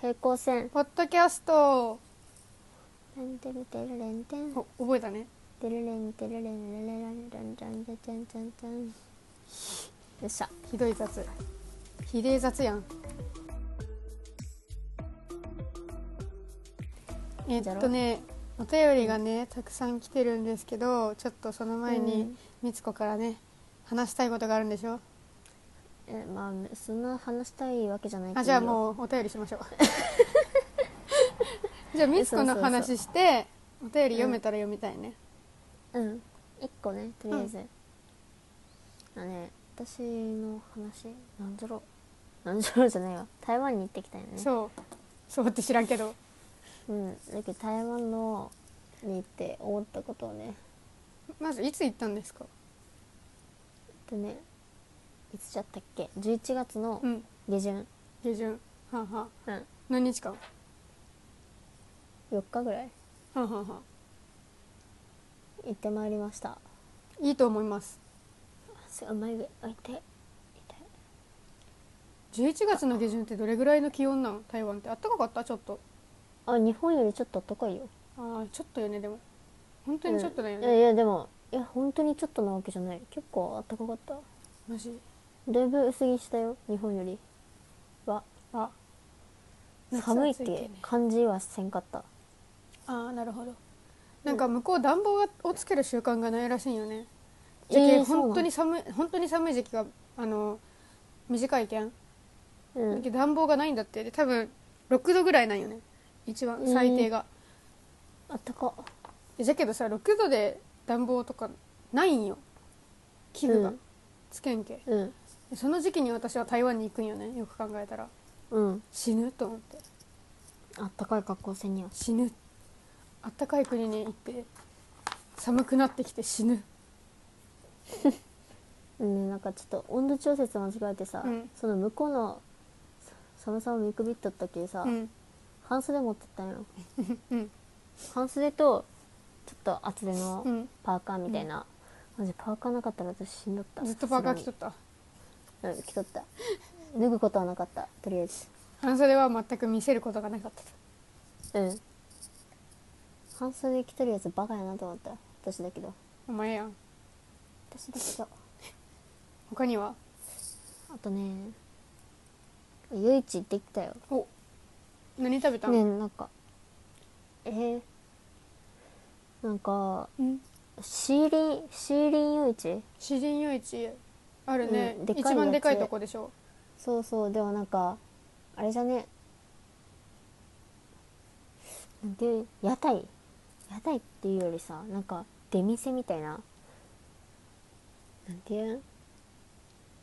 平行線ポッドキャストてんてんてるれんてんお覚えたねてるれんてるれんれれらんらんらんらんらんらんらんよっしゃひどい雑ひでえ雑やんえっじゃろとねお便りがねたくさん来てるんですけどちょっとその前うにんみつこからね話したいことがあるんでしょえまあそんな話したいわけじゃないけどあじゃあもうお便りしましょ うじゃあみつこの話してお便り読めたら読みたいねうん一個ねとりあえず、あね私の話なんじゃろなんじゃろじゃないわ台湾に行ってきたよねそうそうって知らんけどうんだけど台湾のに行って思ったことをねまずいつ行ったんですかでねいつじゃったっけ11月のうん下旬、下旬はんはんうん、何日間4日ぐらいはんはんはん行ってまいりましたいいと思いますすごい眉毛あ痛い11月の下旬ってどれぐらいの気温なの台湾ってあったかかったちょっと痛いあ日本よりちょっと暖かいよああちょっとよねでも本当にちょっとだようんいね、やいやでもいや本当にちょっとなわけじゃない結構暖かかったマジだいぶ薄着したよ日本よりはあ寒いっ夏て暑けどね感じはせんかったああなるほどなんか向こう暖房をつける習慣がないらしいよねえ時ー期、そうなの本当に寒い本当に寒い時期があの短いけんうだんけど暖房がないんだってで多分6度ぐらいなんよね一番うん最低が、あったかえじゃけどさ6度で暖房とかないんよ器具が、うんつけんけうんでその時期に私は台湾に行くんよねよく考えたらうん死ぬと思ってあったかい格好せんには死ぬあったかい国に行って寒くなってきて死ぬうんねなんかちょっと温度調節間違えてさ、うんその向こうのさ寒さを見くびっとったけさ、うん半袖持ってったんよ うん半袖とちょっと厚手のうんパーカーみたいな、マジパーカーなかったら私死んどったずっとパーカー着とったたうん着とった脱ぐことはなかったとりあえず半袖は全く見せることがなかったうん半袖着とるやつバカやなと思った私だけどお前やん私だけど他にはあとね夜市行ってきたよお何食べたんねなんかえー、なんかうんシーリンシーリン夜市詩人夜市あるね、うんでかいやつ一番でかいとこでしょそうそうでもなんかあれじゃねなんていう屋台屋台っていうよりさなんか出店みたいななんていうん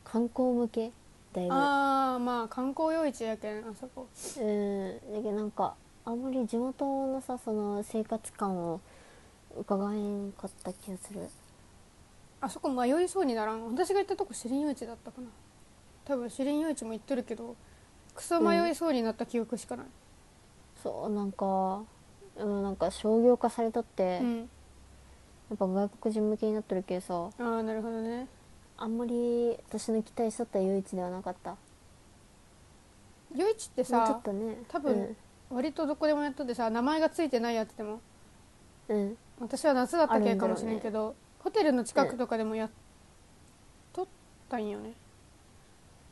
観光向けだいぶああまあ観光夜市やけんあそこうんだけどなんかあんまり地元のさその生活感を伺えんかった気がするあそこ迷いそうにならん私が行ったとこ知りん夜市だったかな多分知りん夜市も行っとるけどクソ迷いそうになった記憶しかないそうなんかうんなんか商業化されとって、うんや、っぱ外国人向けになってるけどさ、ああなるほどねあんまり私の期待しとった唯一ではなかった夜市ってもうちょさっとね多分割とどこでもやっとってさ名前がついてないやつでもうん、うん私は夏だったあけるんんだかろうねもしれんけどホテルの近くとかでもやっとったんよね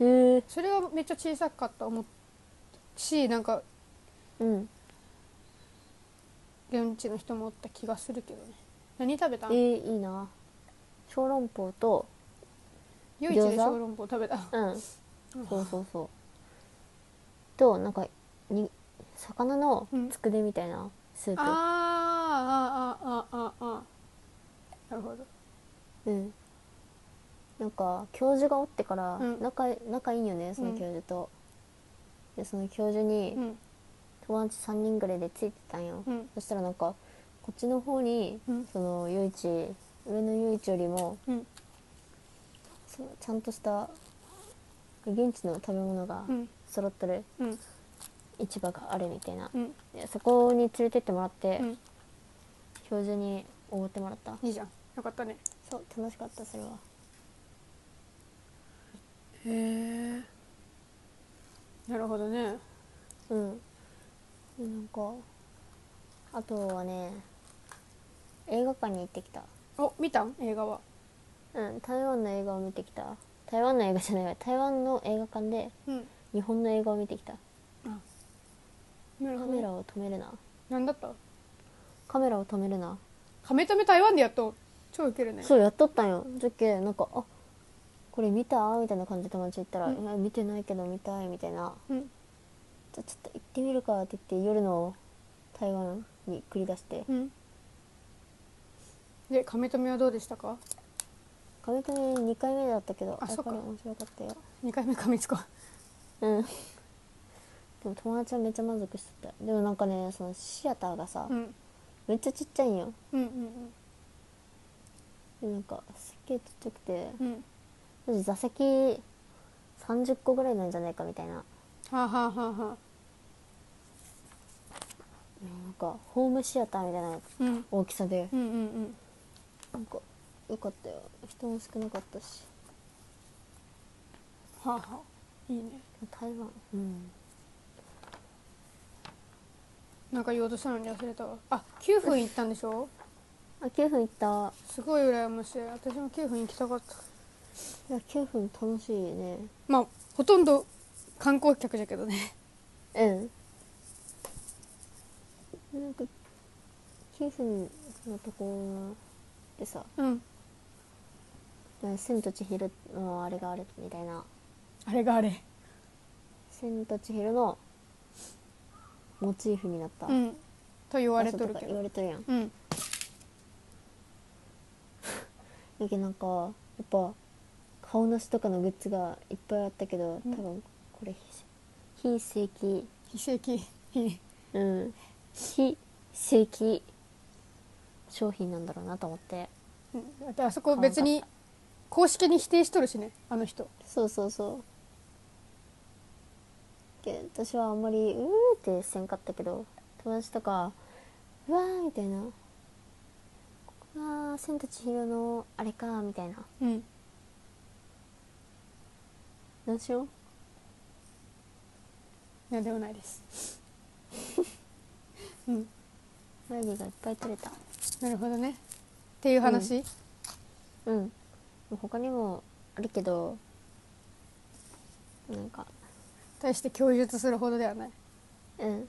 えそれはめっちゃ小さかった思っしなんかうん現地の人もおった気がするけどね何食べたえんー、いいな小籠包と夜市で餃子小籠包食べたうんそうそうそうとなんかに魚のうんつくねみたいなスーあーあーあーあープ、あーあーなるほどうんなんか教授がおってからうん仲,、仲いいんよねその教授と、でその教授にうん友達3人ぐらいでついてたんよ、うんそしたらなんかこっちの方に、うんその夜市上の夜市よりもうんそちゃんとした現地の食べ物がうん揃ってるうん市場があるみたいな、うんでそこに連れてってもらって、うん教授におごってもらったいいじゃんよかったねそう楽しかったそれはへえなるほどねうんでなんかあとはね映画館に行ってきたお見たん映画はうん台湾の映画を見てきた台湾の映画じゃないわ台湾の映画館でうん日本の映画を見てきたなるカほメどラを止めるな何だったカメラを止めるなカメ止め台湾でやっと超ウケるねそうやっとったんよじゃっけなんか「あこれ見た?」みたいな感じで友達言ったら「ういんや見てないけど見たい」みたいなうん「じゃあちょっと行ってみるか」って言って夜の台湾に繰り出してうんでカメ止めはどうでしたか亀止め2回目だったけどあそっかやっぱり面白かったよ2回目亀つかうんでも友達はめっちゃ満足してたでもなんかねそのシアターがさ、うんめっちゃちっちゃいんようんうんでなんかすっげえちっちゃくてうんうマんジ座席30個ぐらいなんじゃないかみたいなはあはあはあはあなんかホームシアターみたいなうん大きさでうんうんうんなんかよかったよ人も少なかったしはあはあいいね台湾うんなんか言おうとしたのに忘れたわあ9分行ったんでしょあ9分行ったすごい羨ましい私も9分行きたかったいや9分楽しいねまあほとんど観光客だけどねうんなんか9分のところでさうん「千と千尋」のあれがあるみたいなあれがあれ「千と千尋」のモチーフになったうんと言われ場と所るかけ言わどれとるやんうんだけどなんかやっぱ顔なしとかのグッズがいっぱいあったけどうん多分これ非正規非正規非うん非正規商品なんだろうなと思ってうんだってあそこ別に公式に否定しとるしねあの人そうそうそうけ私はあんまりうーってせんかったけど友達とか「うわー」みたいな「ここが千と千尋のあれか」みたいなうん「どうしようなんでもないですうん眉毛がいっぱい取れた」なるほどねっていう話、うん他にもあるけどなんか対して供述するほどではないうん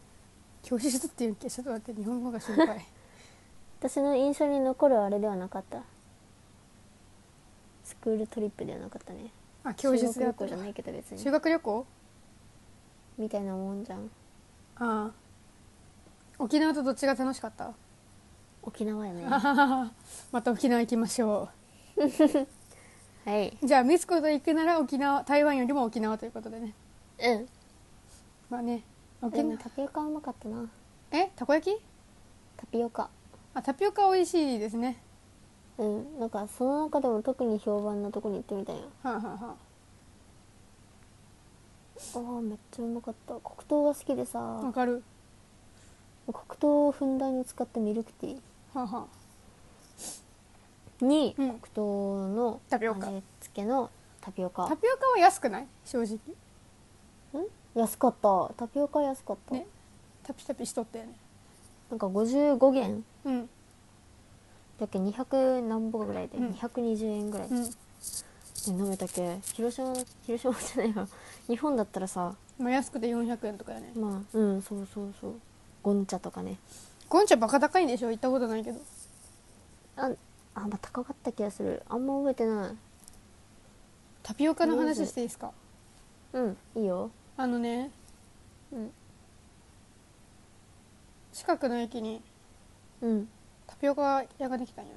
供述っていうんけちょっと待って日本語が心 配私の印象に残るあれではなかったスクールトリップではなかったねあ供述であ修学旅った行じゃないけど別修に学旅行みたいなもんじゃんああ沖縄とどっちが楽しかった 沖縄やねあはははまた沖縄行きましょはい。うじゃあミスコと行くなら沖縄台湾よりも沖縄ということでねうん。まあね沖でも縄タピオカうまかったな。えたこ焼きタピオカ。あタピオカ美味しいですねうん。なんかその中でも特に評判なとこに行ってみたいな。はあ、はあはああ、めっちゃうまかった。黒糖が好きでさ、あ、わかる黒糖をふんだんに使ったミルクティはあ、はーあ、に、うん黒糖のタピオカ味付けのタピオカ。タピオカは安くない正直ん安かった。タピオカ安かった。ねタピタピしとったよねなんか55元うんだっけ200何本ぐらいで、うん220円ぐらいでうん飲めたけ広島広島じゃないわ日本だったらさまあ安くて400円とかよねまあうんそうそうそうゴンチャとかねゴンちゃんバカ高いんでしょ行ったことないけどああまあ高かった気がするあんま覚えてないタピオカの話していいですかうんいいよあのねうん近くの駅にうんタピオカ屋ができたんよね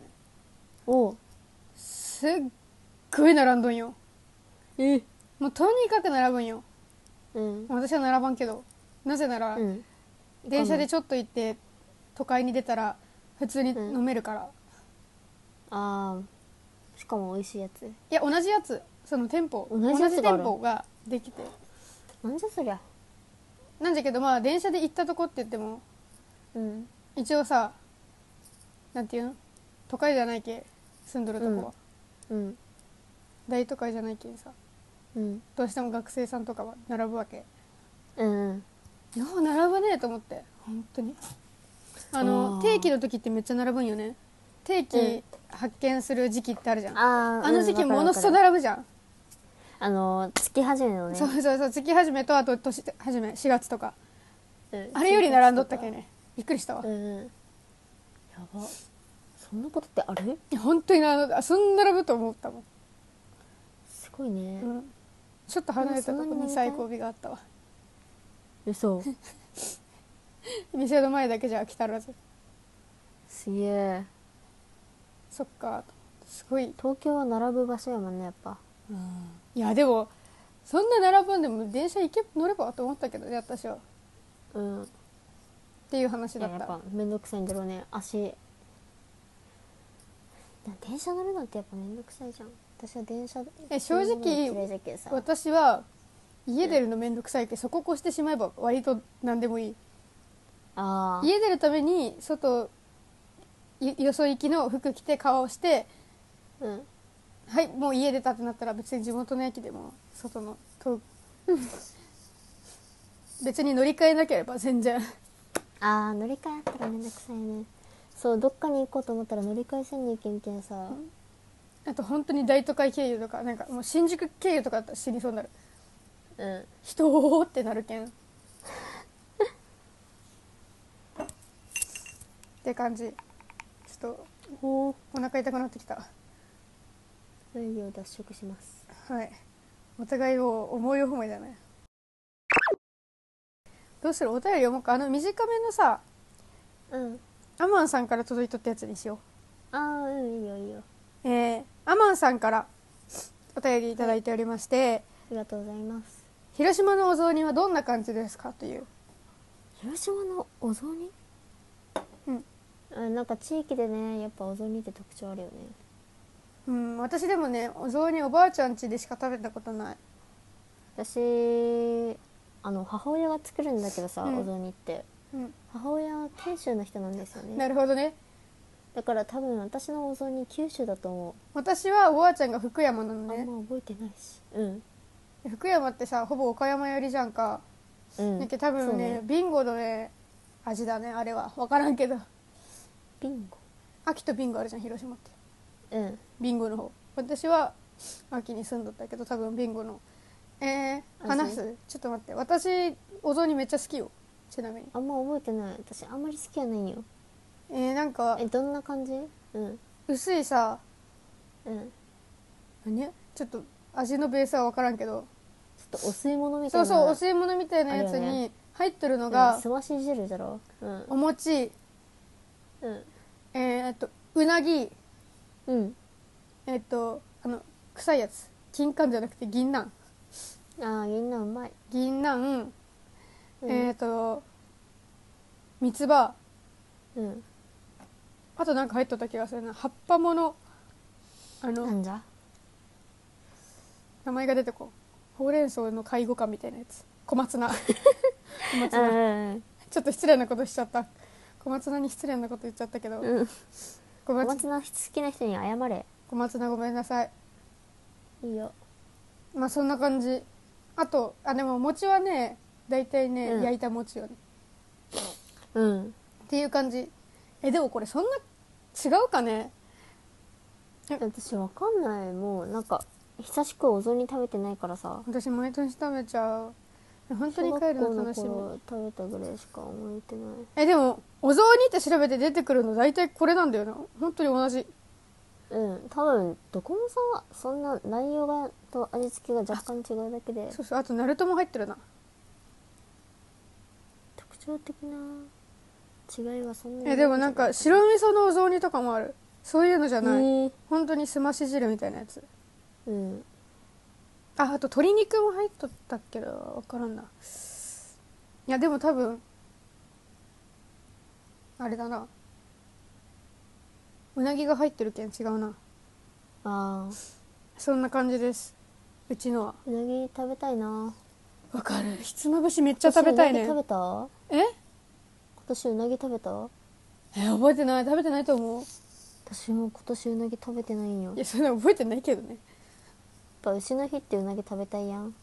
おうすっごい並んどんよえもうとにかく並ぶんようん私は並ばんけどなぜなら、うん電車でちょっと行って都会に出たら普通に飲めるから、いああしかも美味しいやつや同じやつその店舗同じやつがある店舗ができてなんじゃそりゃなんじゃけどまあ電車で行ったとこって言ってもうん一応さなんていうの都会じゃないけ住んどるとこは、うんうん大都会じゃないけさうんどうしても学生さんとかは並ぶわけうんよう並ぶねと思って本当にああのー定期の時ってめっちゃ並ぶんよね定うん期発見する時期ってあるじゃん、あーあの時期うんわかるわかるものっそ並ぶじゃん、あの月初めのねそうそうそう月始めとあと年始め4月とかうんあれより並んどったけねびっくりしたわ、うんうんやばそんなことってある本当に並んどったあそんな並ぶと思ったもん、すごいね、うんちょっと離れたとこそんなにに並びたい最後尾があったわ嘘店の前だけじゃ飽き足らずすげえそっかすごい東京は並ぶ場所やもんねやっぱいやでもそんな並ぶんでも電車行け乗ればと思ったけどね私はっうんていう話いだやっやたっぱめんどくさいんだろうね足でも電車乗るのってやっぱめんどくさいじゃん私は電車え正直乗るのが嫌いだけどさ私は家出るの面倒くさいけどそこ越してしまえば割と何でもいいあー家出るために外いよそ行きの服着て顔をしてうんはいもう家出たってなったら別に地元の駅でも外の遠く別に乗り換えなければ全然あー乗り換えあったらめんどくさいねそうどっかに行こうと思ったら乗り換えせんに行けんけんさあと本当に大都会経由とかなんかもう新宿経由とかだったら死にそうになるうん人をってなるけん って感じちょっとおお腹痛くなってきた会議を脱色しますはいお互いを思い思いだねどうするお便り読もうかあの短めのさうんアマンさんから届いとったやつにしよああうんいいよいいようえー、アマンさんからお便りいただいておりまして、ありがとうございます広島のお雑煮はどんな感じですかという広島のお雑煮うんうんなんか地域でねやっぱお雑煮って特徴あるよねうん私でもねお雑煮おばあちゃん家でしか食べたことない私あの母親が作るんだけどさ、うんお雑煮ってうん母親は九州の人なんですよなねるほどねだから多分私のお雑煮九州だと思私はおばあちゃんが福山なう、のあんねま覚えてないしうん福山ってさほぼ岡山寄りじゃんか、うんだけど多そ分うねビンゴのね味だねあれは分からんけどビンゴ秋とビンゴあるじゃん広島ってうんビンゴの方私は秋に住んどったけど多分ビンゴのえー、あ話そすちょっと待って私お雑煮めっちゃ好きよちなみにあんま覚えてない私あんまり好きやないんよえー、なんかえどんな感じうん薄いさうん何ちょっと味のベースは分からんけどちょっとお吸い物みたいそうなそうおい吸い物みたいなやつあるよに入っとるの物がすまし汁じゃろうんお餅うんえー、っとうなぎうんえっとあの臭いやつ金柑じゃなくて銀杏ああみんなうまい、銀杏、うんえっと三つ葉うんあとなんか入っとった気がするな葉っぱものあなのんじゃ名前が出てこんほうれん草の介護官みたいなやつ小松菜 小松う菜んちょっと失礼なことしちゃった小松菜に失礼なこと言っちゃったけど、うん小小松松菜好きな人に謝れ小松菜ごめんなさいいいよまあそんな感じあとあでも餅はね大体ね、うん焼いた餅よねうんっていう感じえでもこれそんな違うかね私わかんないもうなんか久しくお雑煮食べてないからさ私毎年食べちゃう本当に小学帰る校のの楽しみ頃食べたぐらいしか思えてないえでもお雑煮って調べて出てくるの大体これなんだよな本当に同じうん多分ドコモさんはそんな内容がと味付けが若干違うだけでそうそうあとナルトも入ってるな特徴的な違いはそんなにえでもなんか白味噌のお雑煮とかもあるそういうのじゃない、うん本当にすまし汁みたいなやつうんああと鶏肉も入っとったっけどわからんないやでも多分あれだなうなぎが入ってるけん違うなああそんな感じですうちのはうなぎ食べたいなわかるひつまぶしめっちゃ食べたいね今年うなぎ食べた今年うなぎ食べえたえ覚えてない食べてないと思う私も今年うなぎ食べてないんよやっいやそんな覚えてないけどねぱ牛の日ってうなぎ食べたいやん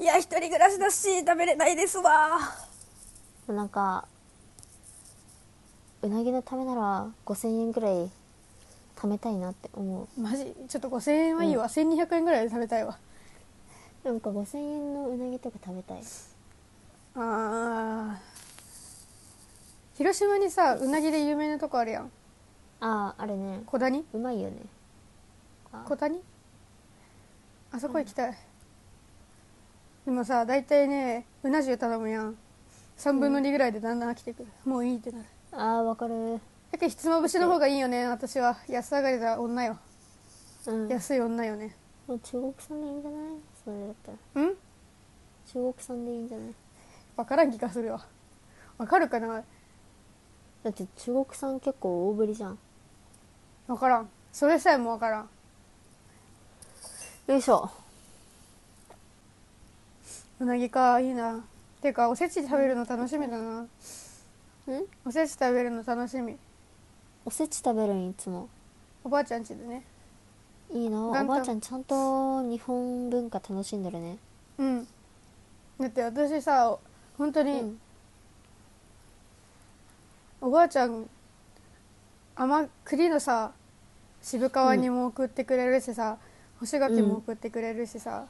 いや一人暮らしだし食べれないですわなんかうなぎのためなら5,000円ぐらい貯めたいなって思うマジちょっと5000円はいいわ、1200円ぐらいで食べたいわなんか5,000円のうなぎとか食べたいあー広島にさうなぎで有名なとこあるやんあああれね小谷うまいよねあ小谷あそこ行きたい、でもさ大体ねうな重頼むやん3分の2ぐらいでだんだん飽きてくる、もういいってなるあーわかるだけどひつまぶしの方がいいよね私は安上がりだ女ようん安い女よねもう中国産でいいんじゃないそれだったらうん中国産でいいんじゃない分からん気がするわ分かるかなだって中国産結構大ぶりじゃん分からんそれさえも分からんよいしょうなぎかいいなてかおせち食べるの楽しみだなうんおせち食べるの楽しみおせち食べるんいつもおばあちゃん家でねいいな元旦おばあちゃんちゃんと日本文化楽しんでるねうんだって私さ本当うに、んおばあちゃん甘栗のさ渋皮煮も送ってくれるしさ、干し柿も送ってくれるしさ、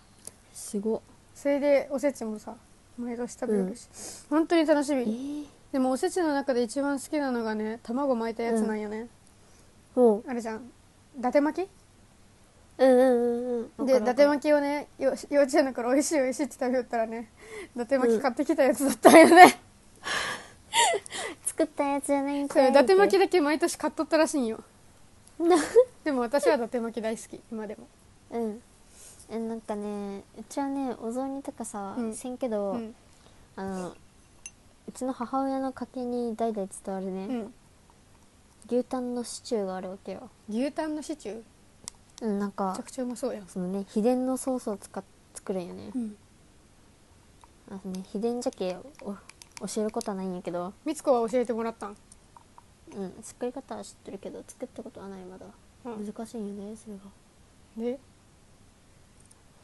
すごっそれでおせちもさ毎年食べれるし、本当に楽しえみー、でもおせちの中で一番好きなのがね卵巻いたやつなんよね、もうあれじゃん伊達巻きうんうんうんうんで伊達も巻きをねよ幼稚園の頃美味しい美味しいって食べよったらね伊達巻き買ってきたやつだったんよね、作ったやつじゃないんそかうい伊達巻きだけ毎年買っとったらしいんよ なでも私は伊達巻き大好き今でもうんえなんかねうちはねお雑煮とかさ、うんせんけど、うんあのうちの母親の家系に代々伝わるね、うん牛タンのシチューがあるわけよ牛タンのシチューめうんなんちゃかくちゃうまそうやんそのね秘伝のソースを使っ作るんよね,、うんあのね秘伝じゃけお教えることはないんやけど、みつこは教えてもらったん、うん、作り方は知ってるけど作ったことはないまだうん難しいんよねそれがで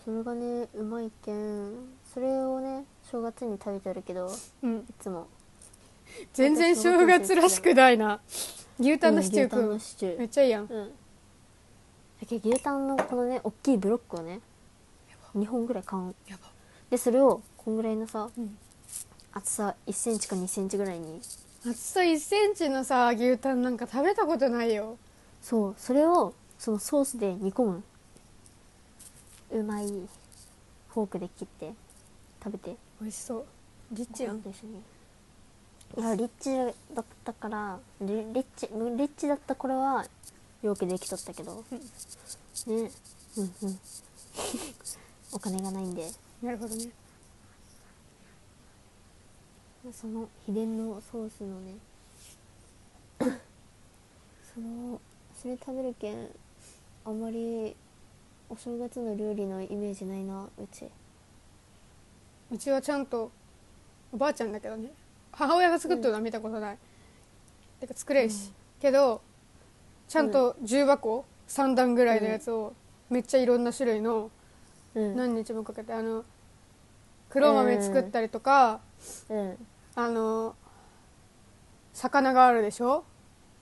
それがねうまいけんそれをね正月に食べてるけどいうんつも全然正月らしくないな牛タンのシチうん牛ュータンくのんシチューめっちゃいいやうんんだけど牛タンのこのね大きいブロックをね2本ぐらい買うんやばでそれをこんぐらいのさうん厚さ1センチか2センチぐらいに厚さ1センチのさ牛タンなんか食べたことないよそうそれをそのソースで煮込むうまいフォークで切って食べて美味しそうリッチやんご飯と一緒にいやリッチだったからリリッチリッチだった頃はよくできとったけどねうんうん お金がないんでなるほどねその秘伝のソースのね そのそれ食べるけんあんまりお正月の料理のイメージないなうちうちはちゃんとおばあちゃんだけどね母親が作ったのは見たことない、てか作れるし、けどちゃんと重箱3段ぐらいのやつをめっちゃいろんな種類のうん何日もかけてあの黒豆作ったりとか、うんあの魚があるでしょ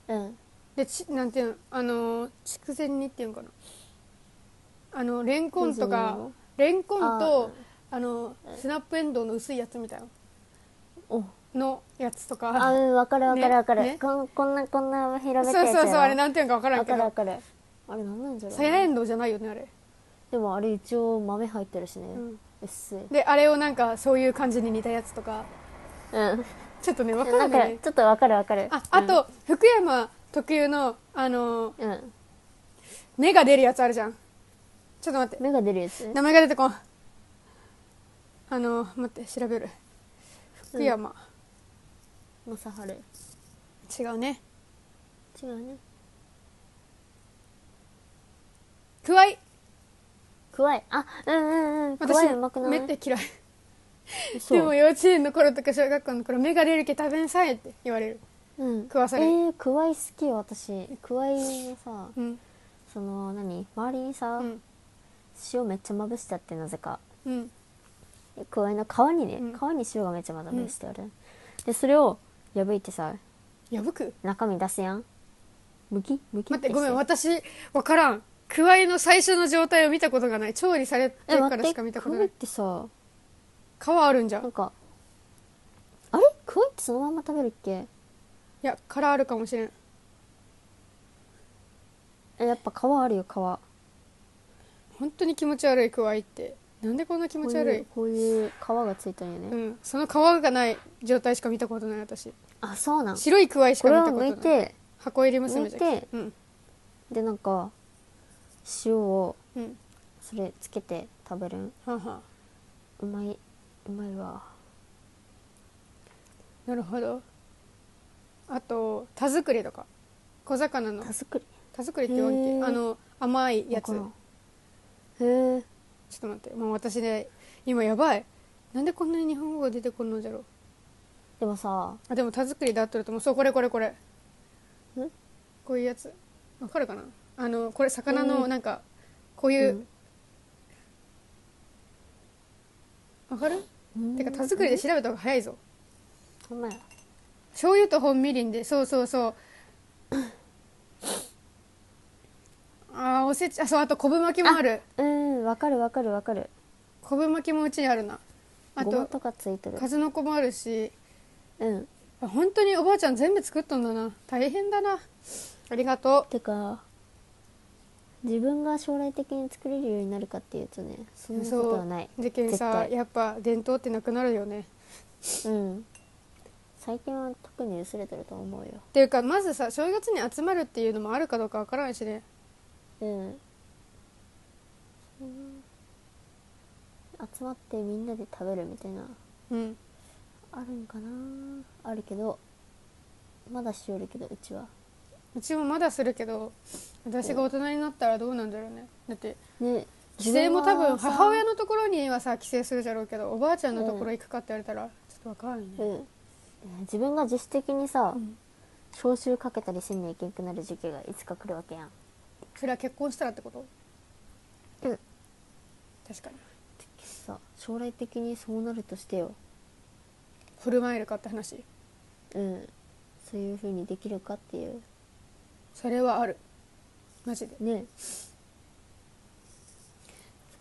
うんでちなんていうのあの筑前煮っていうんかなあのレンコンとかレンコンとあのスナップエンドウの薄いやつみたいなおのやつとあかうん分かる分かるね分かる、ねこんこんなこんな平べそうったいそうやつそうあれななんていうのか分からん分けかる分どかるあれなんなんじゃろうさやえんどうじゃないよねあれ、でもあれ一応豆入ってるしね、うん、薄いであれをなんかそういう感じに似たやつとかうんちょっとね分かなんんなかいねちょっと分かる分かるああと、福山特有のあのうん、うん、芽が出るやつあるじゃんちょっと待って芽が出るやつ名前が出てこんあの待って調べる福山、マサハル違うね違うねくわいくわいあうんうんうんくわ私いうまくなめいって嫌いそうでも幼稚園の頃とか小学校の頃芽が出るけ食べんさいって言われるうん、食わされるえー、くわい好きよ私くわいのさうんその何周りにさ、うん塩めっちゃまぶしちゃってなぜかうんくわいの皮にね、うん皮に塩がめっちゃまぶしてある、でそれを破いてさやぶく中身出すやんむきむき待ってごめん待私わからんくわいの最初の状態を見たことがない調理されてえから待っしてか見たこクとワないイってさ皮あるんじゃんないんかあれクワイってそのまんま食べるっけや殻あるかもしれんえやっぱ皮あるよ皮こ本当に気持ち悪いくわいってなんでこんな気持うち悪いいうこういう皮がついたんよね、うんその皮がない状態しか見たことない私あそうなん白いくわいしこれか見たをことな剥いいて箱入り娘じゃん剥いてうんでなんか塩をうんそれつけて食べるんはんはんうまいうまいわなるほどあと田作りとか小魚の手作り田作りって言わんへけーあの甘いやつちわょからんへえっと待ってもう私ね今やばいなんでこんなに日本語が出てこんのじゃろうでもさあでも田作りで合ってると思うそうこれこれこれこういうやつわかるかなあのこれ魚うのんなんかこういうわかるてか田作りで調べた方が早いぞほんまや醤油と本みりんでそうそうそうあーおせちあそうあと昆布巻きもあるうんわかるわかるわかる昆布巻きもうちにあるなあごまととかついてる数の子もあるしうんあ本当におばあちゃん全部作ったんだな大変だなありがとてか自分が将来的に作れるようになるかっていうとねそんうなことはない事件さ絶対やっぱ伝統ってなくなるよねうん最近は特に薄れてると思うよっていうかまずさ正月に集まるっていうのもあるかどうかわからんしねうん集まってみんなで食べるみたいなうんあるんかなあるけどまだしよるけどうちはうちもまだするけど私が大人になったらどうなんだろうねだってね帰省も多分母親ののところにはさ帰省するじゃろうけどおばあちゃんのところ行くかって言われたらちょっとわからんようねん自分が自主的にさ、うん消臭かけたりせんにいけんくなる時期がいつか来るわけやんそれは結婚したらってことうん確かにさ将来的にそうなるとしてよ振る舞えるかって話うんそういう風にできるかっていうそれはあるマジでねそ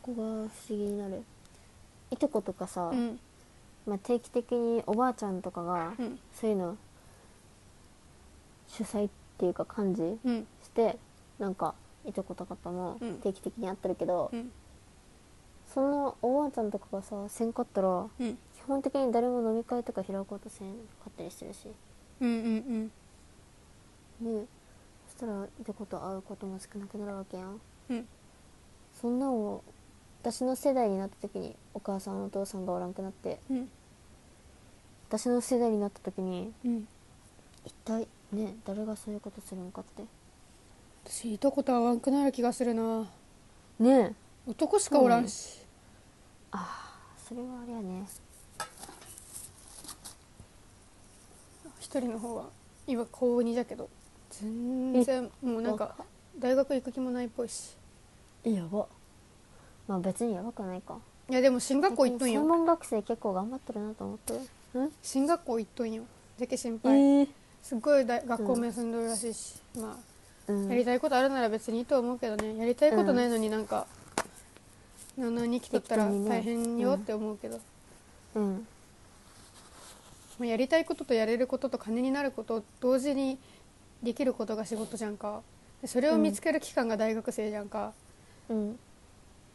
こが不思議になるいとことかさ、うんまあ、定期的におばあちゃんとかが、うんそういうの主催っていうか感じうんしてなんかいとことかともうん定期的に会ってるけど、うんそのおばあちゃんとかがさせんかったらうん基本的に誰も飲み会とか開こうとせんかったりするしうんうんねそしたらいとこと会うことも少なくなるわけやんうんうんそんなんを私の世代になった時にお母さんお父さんがおらんくなってうん私の世代になった時にうん一体ね誰がそういうことするんかって私いとこと会わんくなる気がするなねえ男しかおらんし、それはあれやね一人の方は今高2じゃけど全然もうなんか大学行く気もないっぽいしやばまあ別にやばくないかいやでも進学校行っとん専よ門学生結構頑張ってるなと思ってうん進学校行っとんよだけ心え配、すっごい大学校も休んどるらしいし、まうあんやりたいことあるなら別にいいと思うけどねやりたいことないのになんか、ななに来とったら適当にね大変よって思うけど、うんまあやりたいこととやれることと金になることを同時にできることが仕事じゃんかでそれを見つける期間が大学生じゃんか、うん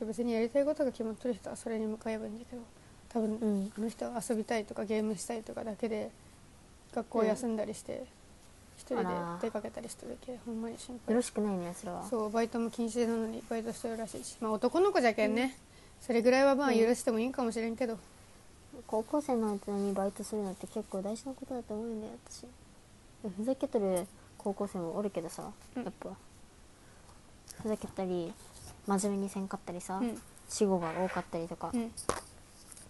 別にやりたいことが決まってる人はそれに向かえばいいんだけど多分、うんあの人は遊びたいとかゲームしたいとかだけで学校休んだりして、一人であら出かけたりしてるだけほんまに心よ配ろしくないねそれはそうバイトも禁止なのにバイトしてるらしいしまあ男の子じゃけんね、それぐらいはまあうん許してもいいんかもしれんけど、高校生の間にバイトするのって結構大事なことだと思うんだよ私ふざけてる高校生もおるけどさうやんっぱふざけたり真面目にせんかったりさ、うん死語が多かったりとか、うん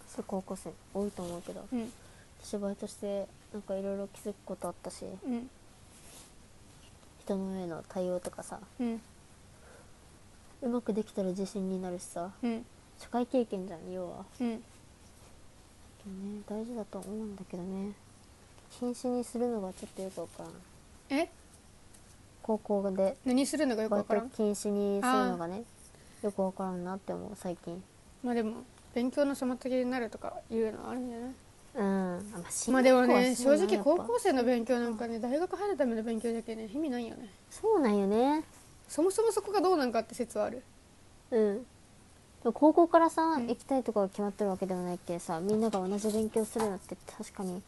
そういう高校生多いと思うけど、うん私バイトしてなんかいろいろ気づくことあったしうん人の上の対応とかさうんうまくできたら自信になるしさうん社会経験じゃん要はうんね大事だと思うんだけどね品種にするのがちょっとよくわからんえ高校で何するのかよくバわイからトん禁止にするのがねよくわからんなって思う最近まあでも勉強の妨げになるとかいうのはあるんじゃないうんあまあ進まあ学でも校はねそ正うなん直やっ高ぱ校生の勉強なんかね大学入るための勉強だけね意味ないよねそうなんよねそもそもそこがどうなんかって説はあるうんでも高校からさ、ん行きたいとこが決まってるわけでもないけどさみんなが同じ勉強するのって確かに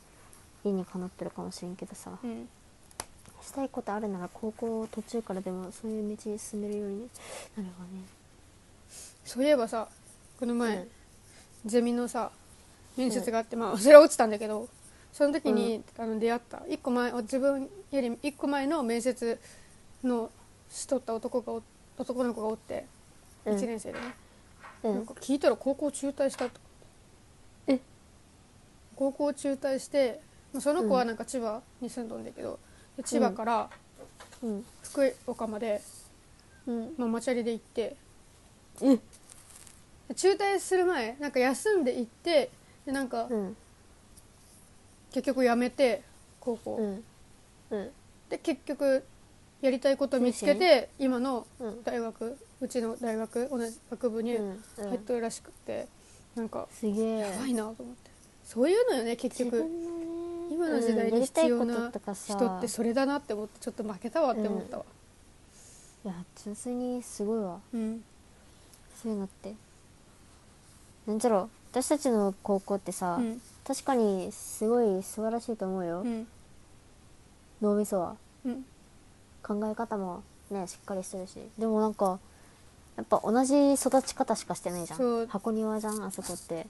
理にかなってるかもしれんけどさうんしたいことあるなら高校途中からでもそういう道に進めるようになるわねそういえばさこの前、うんゼミのさ面接があって、まあそれは落ちたんだけどその時に、あの出会った一個前自分より一個前の面接のしとった男がお男の子がおってうん1年生でね、うなんんか聞いたら高校中退したとえ高校中退してまあその子はなんか千葉に住んどんだけど、で千葉からうん福岡まで、うんまあ、マチャリで行ってえで中退する前なんか休んで行ってでなんかうん結局辞めて高校、うんうんで結局やりたいこと見つけて今のうん大学うちの大学同じ学部にう入んっとるらしくて、なんかすげえやばいなと思ってそういうのよね結自局分のね今の時代うんやにりた必い要ことなとかさ人ってそれだなって思ってちょっと負けたわって思ったわいや純粋にすごいわうんそういうのってなんじゃろ私たちの高校ってさ、うん確かにすごい素晴らしいと思うよ、うん脳みそはうん考え方もねしっかりしてるしでもなんかやっぱ同じ育ち方しかしてないじゃそうん箱庭じゃんあそこって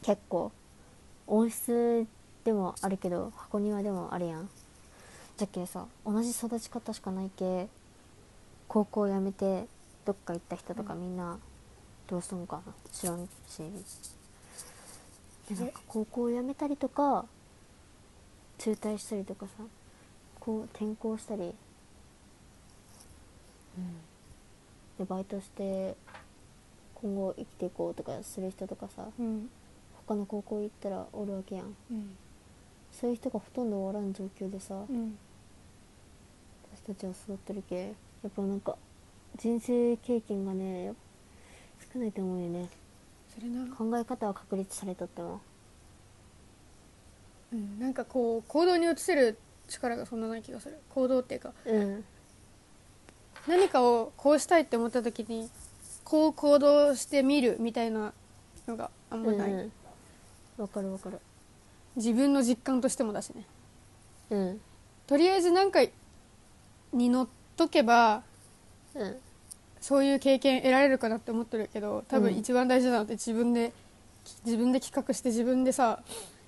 結構温室でもあるけど箱庭でもあるやんじゃけさ同じ育ち方しかないけ高校辞めてどっか行った人とかみんなどうすんかな知らんしでなんか高校辞めたりとか中退したりとかさこう転校したり、でバイトして今後生きていこうとかする人とかさうん他の高校行ったらおるわけやんうんそういう人がほとんどおらん状況でさうん私たちは育ってるけやっぱなんか人生経験がね少ないと思うよねそれな考え方は確立されとってもうんなんかこう行動に移せる力がそんなない気がする行動っていうかうん何かをこうしたいって思った時にこう行動してみるみたいなのがあんまない、うんわかるわかる自分の実感としてもだしねうんとりあえず何かに乗っとけばうんそういう経験得られるかなって思ってるけど多う分ん一番大事なのって自分で、自分で企画して自分でさ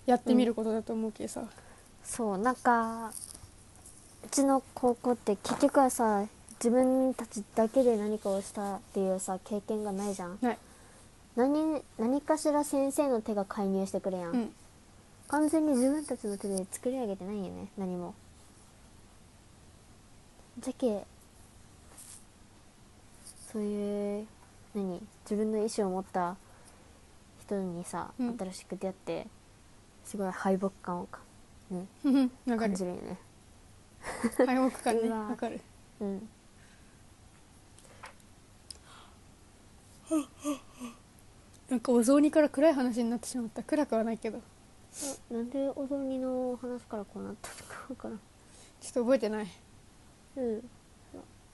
やってみることだと思うけどさ、そうなんかうちの高校って結局はさ自分たちだけで何かをしたっていうさ経験がないじゃんない、何何かしら先生の手が介入してくるやん、うん、完全に自分たちの手で作り上げてないよね何もじゃけそういう何自分の意思を持った人にさ、うん新しく出会ってすごい敗北感をか、ね、 わか感るじるよね敗北感ねうわわかるうんなんかお雑煮から暗い話になってしまった暗くはないけどあなんでお雑煮の話からこうなったのかわからんちょっと覚えてないうん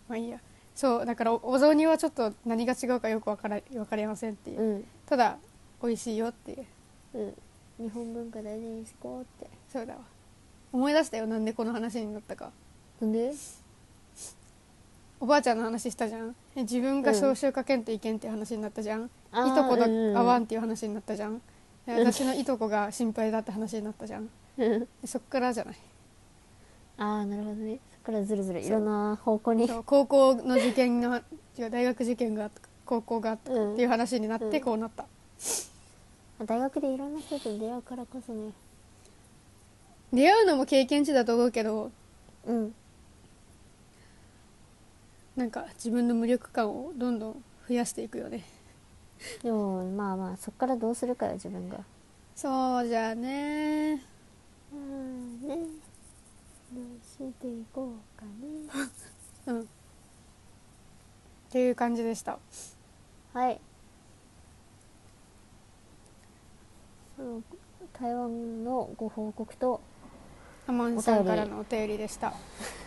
まあいいやそうだからおお雑煮はちょっと何が違うかよくわから分かりませんっていう、うんただ美味しいよっていううん日本文化大事にしこうってそうだわ思い出したよなんでこの話になったかなん でおばあちゃんの話したじゃんえ自分が召集かけんといけんっていう話になったじゃん、あーいとこがうんうんうん合わんっていう話になったじゃん、で私のいとこが心配だって話になったじゃんでそっからじゃないああなるほどねそこからずるずるいろんな方向にそう高校の受験が違う大学受験があった高校があったうんっていう話になっうてんこうなった、大学でいろんな人と出会うからこそね出会うのも経験値だと思うけどうんなんか自分の無力感をどんどん増やしていくよねでもまあまあそこからどうするかよ自分がそうじゃあねうん行こうかねうんっていう感じでした はいその台湾のご報告とハモンさんからのお便りでした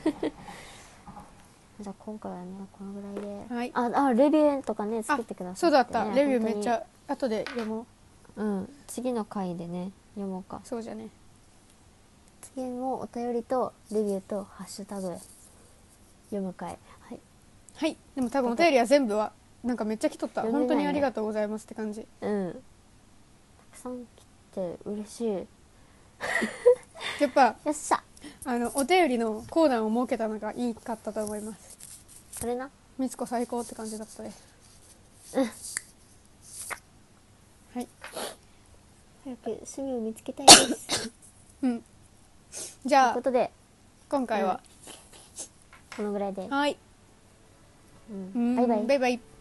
じゃあ今回はねこのぐらいで、はいああレビューとかね作ってくださそうだった、ねレビューめっち本ゃ後で読もう当にうん次の回でね読もうかそうじゃね次もお便りとレビューとハッシュタグ読む回はいはいでも多分お便りは全部はなんかめっちゃ来とった読め本な当いねにありがとうございますって感じうんたくさん来て嬉しいよやっぱっしゃあのお便りのコーナーを設けたのがいいかったと思いますそれなみつこ最高って感じだったねはい早く趣味を見つけたいですといううんじゃこあとで今回は、このぐらいで、はい、うんうんバイバイバイバイ